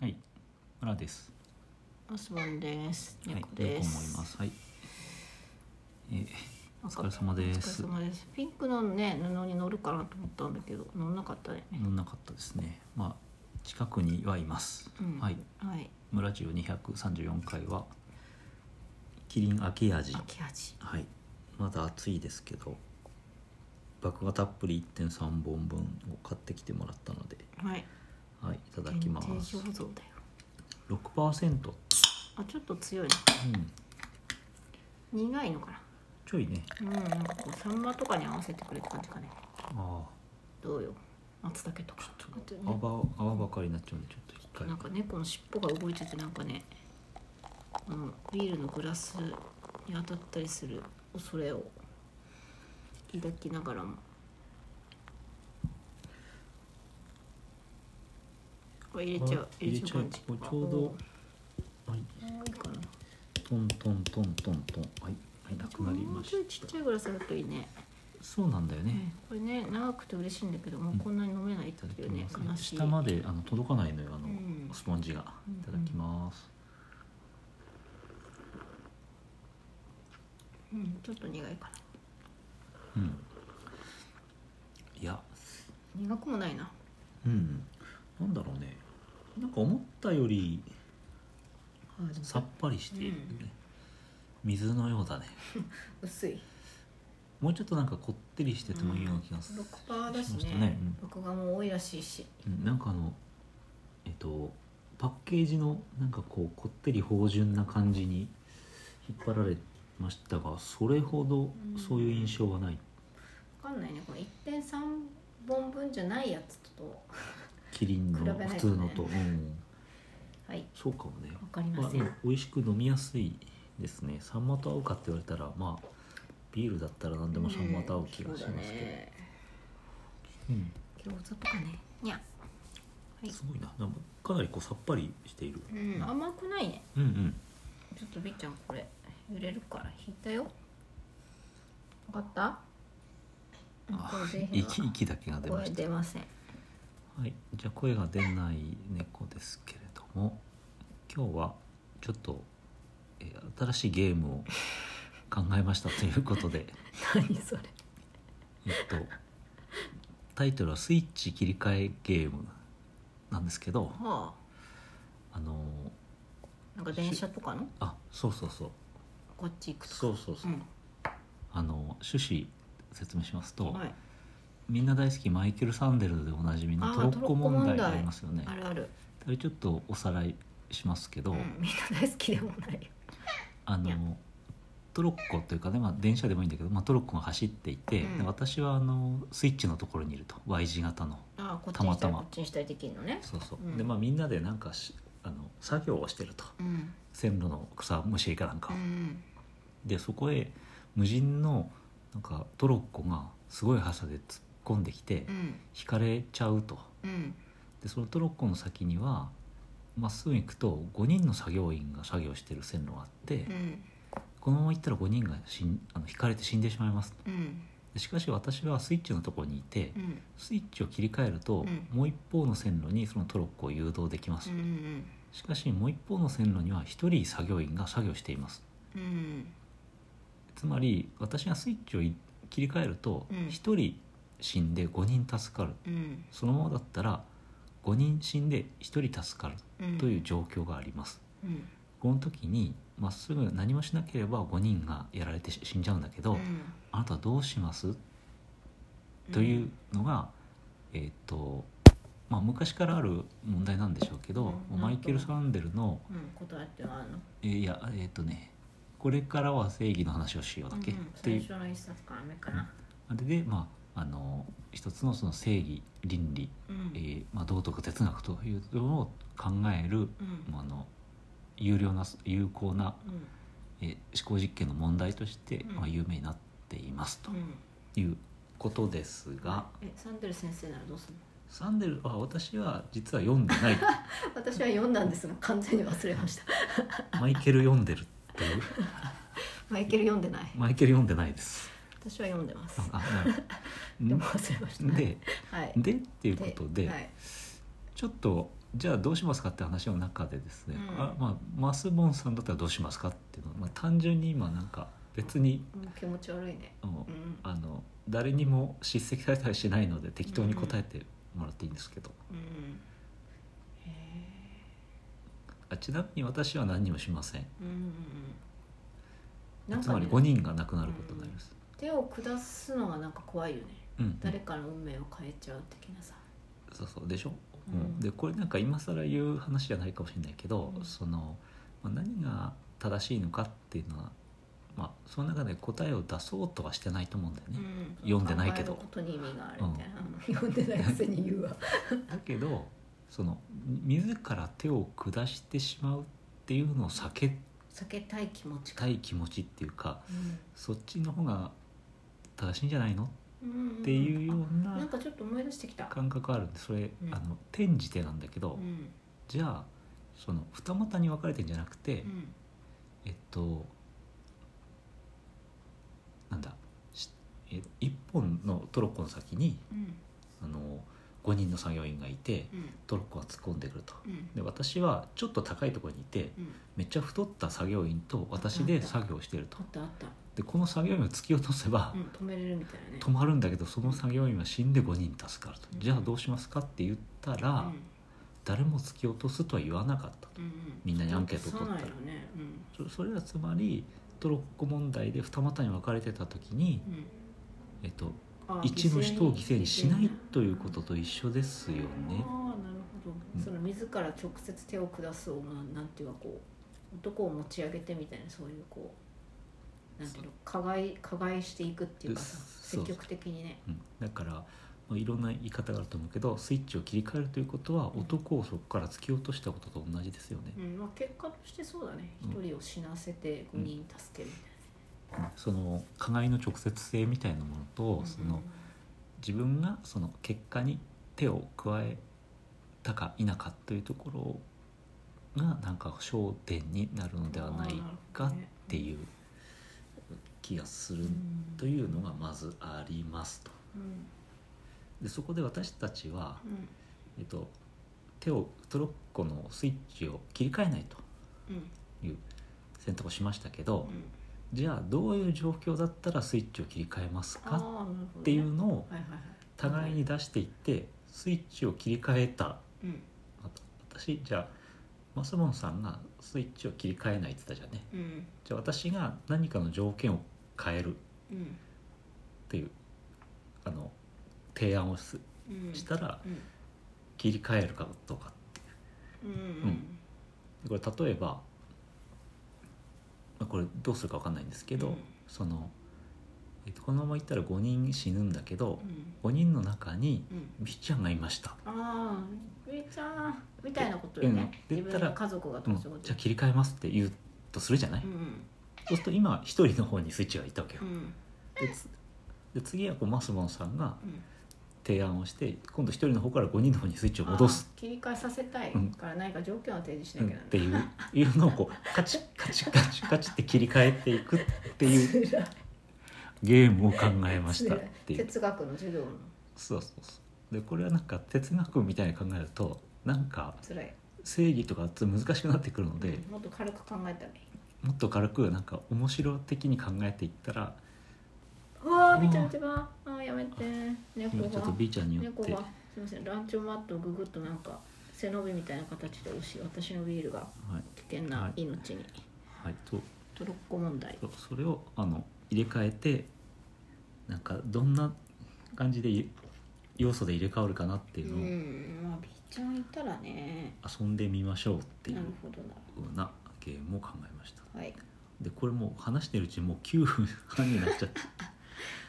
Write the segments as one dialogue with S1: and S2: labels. S1: はい。村です。
S2: オスボンです。
S1: はい。
S2: 猫です。
S1: 猫もいます。はい。えー、
S2: お
S1: お疲れ様
S2: お
S1: です。
S2: 疲れ様です。ピンクのね布に乗るかなと思ったんだけど乗んなかったね。
S1: 乗んなかったですね。まあ近くにはいます。
S2: うん
S1: はい。
S2: はい。
S1: 村中二百三十四回はキリン秋味。
S2: 秋味。
S1: はい。まだ暑いですけど、麦芽たっぷり一点三本分を買ってきてもらったので、
S2: はい。
S1: はいいただ
S2: 限
S1: き
S2: 定
S1: ま
S2: 醸
S1: す
S2: 造。だよ。
S1: 六パーセント。
S2: あちょっと強い
S1: うん。
S2: な。苦いのか
S1: ちょいね。
S2: な。うんなんかこうサンマとかに合わせてくれって感じかね。
S1: ああ。
S2: どうよ。松茸とか。
S1: ち
S2: あとね
S1: 泡ば泡ばかりになっちゃうんでちょっと一回
S2: なんか猫の尻尾が動いててなんかねこのビールのグラスに当たったりする恐れを抱きながらもこれ入れちゃう
S1: あ入れちゃう
S2: 感じ
S1: これちょうどはい
S2: いいかな
S1: トントントントントンはいはいなくなり
S2: も
S1: ま
S2: う
S1: し
S2: ちょいちっちゃいグラスだといいね
S1: たそうなんだよね、
S2: ねこれね長くて嬉しいんだけどもうこんなに飲めないっ
S1: いただ
S2: て
S1: き
S2: いうね
S1: ます、
S2: 悲しい
S1: 下まであの届かないのよあの、
S2: うん
S1: スポンジが
S2: うん
S1: いただきます、
S2: うんちょっと苦いか
S1: うんいや
S2: な苦くもないな
S1: うんなんだろうねなんか思ったよりさっぱりしているね、水のようだね
S2: 薄い
S1: もうちょっとなんかこってりしててもいいような気がする、
S2: 六パーだし
S1: しました
S2: ね
S1: ね
S2: 録画も多いらしいし
S1: うんなんかあのえっとパッケージのなんかこうこってり芳醇な感じに引っ張られましたがそれほど
S2: うん
S1: そういう印象はない
S2: 分かんないねこの1.3本分じゃないやつと
S1: キリンの
S2: 比べないと
S1: 普
S2: ね
S1: 通のと、うん、
S2: はい
S1: そうかもね
S2: わかりま
S1: まあ
S2: せ
S1: で
S2: ん、
S1: も美味しく飲みやすいですねサンマと合うかって言われたらまあビールだったら何でもサンマと合う気がしますけど、うん
S2: そうだね餃子とかねにゃはい
S1: すごいなでもかなりこうさっぱりしている、
S2: うん
S1: な
S2: 甘くないね
S1: うんうん
S2: ちょっとびっちゃんこれ揺れるから引いたよわかったうん
S1: あ
S2: これぜひは
S1: 息息だけが出ま
S2: 声
S1: した
S2: 出ません
S1: はい、じゃあ声が出ない猫ですけれども今日はちょっと、えー新しいゲームを考えましたということで
S2: 何それ
S1: えっとタイトルは「スイッチ切り替えゲーム」なんですけど
S2: はあ
S1: あのー
S2: なんか電車とかの
S1: あそうそうそう
S2: こっち行くと
S1: そうそうそう、あのー趣旨説明しますと、
S2: うんはい、
S1: みんな大好きマイケル・サンデルでおなじみの
S2: あー
S1: トロッコ問
S2: トロッコ
S1: 題
S2: 問題
S1: ありますよね
S2: あるある、
S1: あれちょっとおさらいしますけ
S2: う
S1: ど、
S2: ん、みんな大好きでもないよ
S1: あ
S2: いや
S1: のトロッコというかね、まあ、電車でもいいんだけど、まあ、トロッコが走っていて、
S2: うん
S1: で私はあのスイッチのところにいると Y 字型の
S2: ああこっち
S1: た
S2: に
S1: ま
S2: した
S1: た
S2: り
S1: ま
S2: こっちにしたりできるのね
S1: そうそう、
S2: うん
S1: でまあみんなでなんかしあの作業をしてると
S2: うん
S1: 線路の草むしりかなんか、
S2: うん
S1: でそこへ無人のなんかトロッコがすごい速さで突っ込んできて
S2: うん
S1: 引かれちゃうと
S2: うん
S1: でそのトロッコの先にはまっすぐ行くと5人の作業員が作業してる線路があって、
S2: うん
S1: このまま行ったら5人が死んあの引かれて死んでしまいますと。
S2: うん
S1: でしかし私はスイッチのところにいて、
S2: うん
S1: スイッチを切り替えると、
S2: うん
S1: もう一方の線路にそのトロッコを誘導できます、
S2: うん
S1: しかしもう一方の線路には一人作業員が作業しています
S2: うん
S1: つまり私がスイッチをい切り替えると
S2: うん
S1: 一人死んで5人助かる
S2: うん
S1: そのままだったら5人死んで一人助かる
S2: うん
S1: という状況があります、
S2: うん
S1: この時にまっすぐ何もしなければ5人がやられてし死んじゃうんだけど、
S2: うん
S1: あなたはどうしますというのが、えーっとまあ昔からある問題なんでしょうけど、
S2: うん
S1: マイケル・サンデルの
S2: うん答えってのはあるの
S1: えーいやえーっとねこれからは正義の話をしようだっけ、
S2: うんうん
S1: ってい
S2: 最
S1: う
S2: 初の一冊から目かな
S1: あれでまああの一つのその正義倫理、
S2: うん
S1: えーまあ、道徳哲学というのを考える、
S2: うん
S1: まあ、あの有料な有効な、
S2: うん
S1: えー思考実験の問題として、
S2: うん
S1: まあ、有名になっていますと
S2: うん
S1: いうことですが。
S2: えサンデル先生ならどうするの
S1: サンデルは私は実は読んでない
S2: 私は読んだんですが完全に忘れました
S1: マイケル読んでるっていう
S2: マイケル読んでない
S1: マイケル読んでないです
S2: 私は読んでます
S1: あなる
S2: でも忘れました
S1: で
S2: はい
S1: でっていうことで、
S2: はい
S1: ちょっとじゃあどうしますかって話の中でですね、
S2: うん
S1: あまあ、マスボンさんだったらどうしますかっていうのは、まあ、単純に今なんか別に
S2: うん気持ち悪いね
S1: あの
S2: うん
S1: あの誰にも叱責されたりしないので適当に答えてもらっていいんですけど、
S2: うんへ
S1: あちなみに私は何にもしません
S2: えうんうんうんなん
S1: つ
S2: か
S1: まり
S2: ね
S1: 5人が亡くなることになります、
S2: 手を下すのがなんか怖いよね
S1: うんうん
S2: 誰かの運命を変えちゃう的なさ
S1: そうそうでしょ、
S2: うん
S1: うんでこれなんか今更言う話じゃないかもしれないけど、
S2: うん
S1: その、まあ、何が正しいのかっていうのは、まあ、その中で答えを出そうとはしてないと思うんだよね、
S2: うん
S1: 読んでないけど
S2: 考えることに意味があるみたいな、うん読んでないくせに言うわ
S1: だけどそのみ自ら手を下してしまうっていうのを避け
S2: 避けたい気持ちか、
S1: たい気持ちっていうか
S2: う
S1: そっちの方が正しいんじゃないの
S2: ん
S1: っていうよう
S2: あなん
S1: な
S2: かちょっと思い出してきた、
S1: 感覚あるんでそれ、
S2: うん
S1: あの転じてなんだけど、
S2: うん
S1: じゃあその二股に分かれてんじゃなくて、
S2: うん
S1: えっとなんだしえ一本のトロッコの先に
S2: うん
S1: あの5人の作業員がいて
S2: うん
S1: トロッコが突っ込んでくると。
S2: うん
S1: で私はちょっと高いところにいて
S2: うん
S1: めっちゃ太った作業員と私で作業してると
S2: あったあった、
S1: でこの作業員を突き落とせば
S2: うん、止めれるみたいなね
S1: 止まるんだけどその作業員は死んで5人助かると
S2: うん
S1: じゃあどうしますかって言った
S2: う
S1: ら
S2: ん
S1: 誰も突き落とすとは言わなかったと
S2: うんうん、
S1: みんなにアンケート取
S2: 取
S1: ったら
S2: ないよねう
S1: そ
S2: ん
S1: それはつまりトロッコ問題で二股に分かれてた時に、
S2: うん
S1: えっと、
S2: あ
S1: 一の人を犠牲にしないということ
S2: ね
S1: と一緒ですよ
S2: ああなる
S1: ね。
S2: ほど、
S1: うん
S2: その自ら直接手を下すをななんていうかこう男を持ち上げてみたいなそういうこうなんていうの加害加害していくっていうかさ
S1: そう
S2: 積極的にね
S1: うん、だからまあいろんな言い方があると思うけどスイッチを切り替えるということは
S2: うん
S1: 男をそこから突き落としたことと同じですよね
S2: う、んまあ、結果としてそうだね
S1: うん
S2: 一人を死なせて
S1: うん
S2: 5人助けるみたい
S1: うんその加害の直接性みたいなもの
S2: な、
S1: と、
S2: うん、
S1: その自分がその結果に手を加えたか否かというところがなんか焦点になるのではないかっていう気がする
S2: うん
S1: というのがまずありますと。
S2: うん
S1: でそこで私たちは、
S2: うん
S1: えっと、手をトロッコのスイッチを切り替えない
S2: うん
S1: という選択をしましたけど、
S2: うん
S1: じゃあどういう状況だったらスイッチを切り替えます
S2: ああなる
S1: か
S2: ほどね
S1: っていうのを
S2: はいはいはい
S1: 互いに出していってスイッチを切り替えた
S2: うん
S1: あと私じゃあマスボンさんがスイッチを切り替えないって言ったじゃんね
S2: うん
S1: じゃあ私が何かの条件を変えるっ
S2: うん
S1: ていうあの提案をす
S2: うん
S1: したら
S2: うん
S1: 切り替えるかどうか
S2: うん
S1: んこれ例えばまあこれどうするか分かんないんですけど、
S2: うん
S1: その、えっと、このままいったら5人死ぬんだけど
S2: う、ん
S1: 5人の中に
S2: うん
S1: みっちゃんがいました、
S2: ああゆいちゃんみたいなことよね、
S1: うん
S2: 自分の家族が
S1: う
S2: ど
S1: ん
S2: う
S1: じ
S2: しよう
S1: ゃあ切り替えますって言うとするじゃない、
S2: うん
S1: そうすると今1人の方にスイッチがいたわけよ
S2: う、ん
S1: でつで次はこうマスボンさんが
S2: うん
S1: 提案をして今度1人の方から5人の方にスイッチを戻す
S2: あー切り替えさせたい
S1: うん
S2: から何か条件を提示し
S1: う
S2: な
S1: っ
S2: んきゃなら
S1: ていういうのをこうカチッカチッカチッカチッって切り替えていくっていう
S2: ない
S1: ゲームを考えましたっていう
S2: 哲学の授業の
S1: そうそうそうでこれはなんか哲学みたいに考えるとなんか
S2: 辛い
S1: 正義とかって難しくなってくるので、
S2: うんもっと軽く考えたらいい
S1: もっと軽くなんか面白的に考えていったら
S2: うわー
S1: うん
S2: みちゃんちばあーやめて猫
S1: 今
S2: が
S1: ちょっと B ちゃんによっ
S2: 猫
S1: て
S2: がすいませんランチョンマットをググッとなんか背伸びみたいな形で押し私のビールが
S1: はい、
S2: 危険な命に、
S1: はい、と
S2: トロッコ問題
S1: それをあの入れ替えてなんかどんな感じでい要素で入れ替わるかなっていううのを
S2: んまあ B ちゃんいたらね
S1: 遊んでみましょうっていう
S2: な
S1: よ
S2: るほどな
S1: うなゲームを考えました
S2: はい
S1: でこれもう話してるうちにもう9分半になっちゃって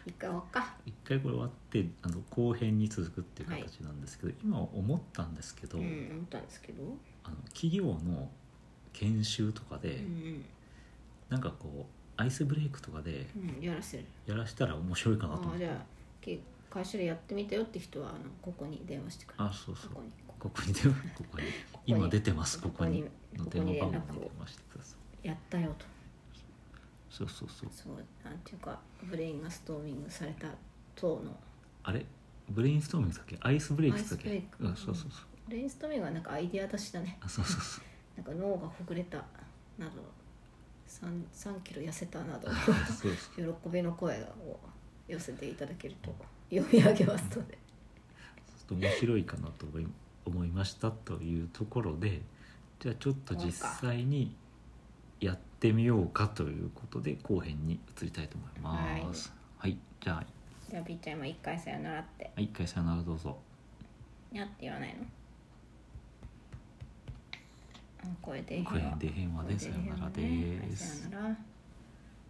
S2: 一回終わっか
S1: 一回これ終わってあの後編に続くっていう形なんですけど、今思ったんですけ
S2: う
S1: ど、
S2: ん思ったんですけど
S1: あの企業の研修とかで、
S2: うん
S1: なんかこうアイスブレイクとかで
S2: うん、うん、やらせる
S1: やらしたら面白いか
S2: あ
S1: なと思っ
S2: あ
S1: て
S2: じゃあけ会社でやってみたよって人はあのここに電話してくれ
S1: あそうそう
S2: ここにこ
S1: ここに電話ここに
S2: こに
S1: 今出てますここに
S2: こ
S1: の
S2: こ
S1: 電話
S2: に連
S1: 番
S2: 絡
S1: 号に
S2: を
S1: 電話してください
S2: やったよと
S1: そうそうそう
S2: そうなんていうかブレインがストーミングされた等の
S1: あれブレインストーミングだっけアイスブレイクだっ
S2: アイスブレイ
S1: け
S2: ク
S1: うんそうそうそう
S2: レインストーミングはなんかアイデア出しだね
S1: あそうそうそう
S2: なんか脳がほぐれたなど 3, 3キロ痩せた など
S1: そうそう
S2: 喜びの声を寄せていただけると読み上げますの
S1: ちょ
S2: で
S1: っと面白いかなと思い思いましたというところでじゃあちょっと実際にやってみようかということで後編に移りたいと思います。はい、じゃあ
S2: じゃあ B ちゃんも一回さよならって
S1: はい一回さよならどうぞ。
S2: にゃって言わないのあ声で
S1: これで電話でさよならで
S2: 声出へんわねはい
S1: す
S2: さよなら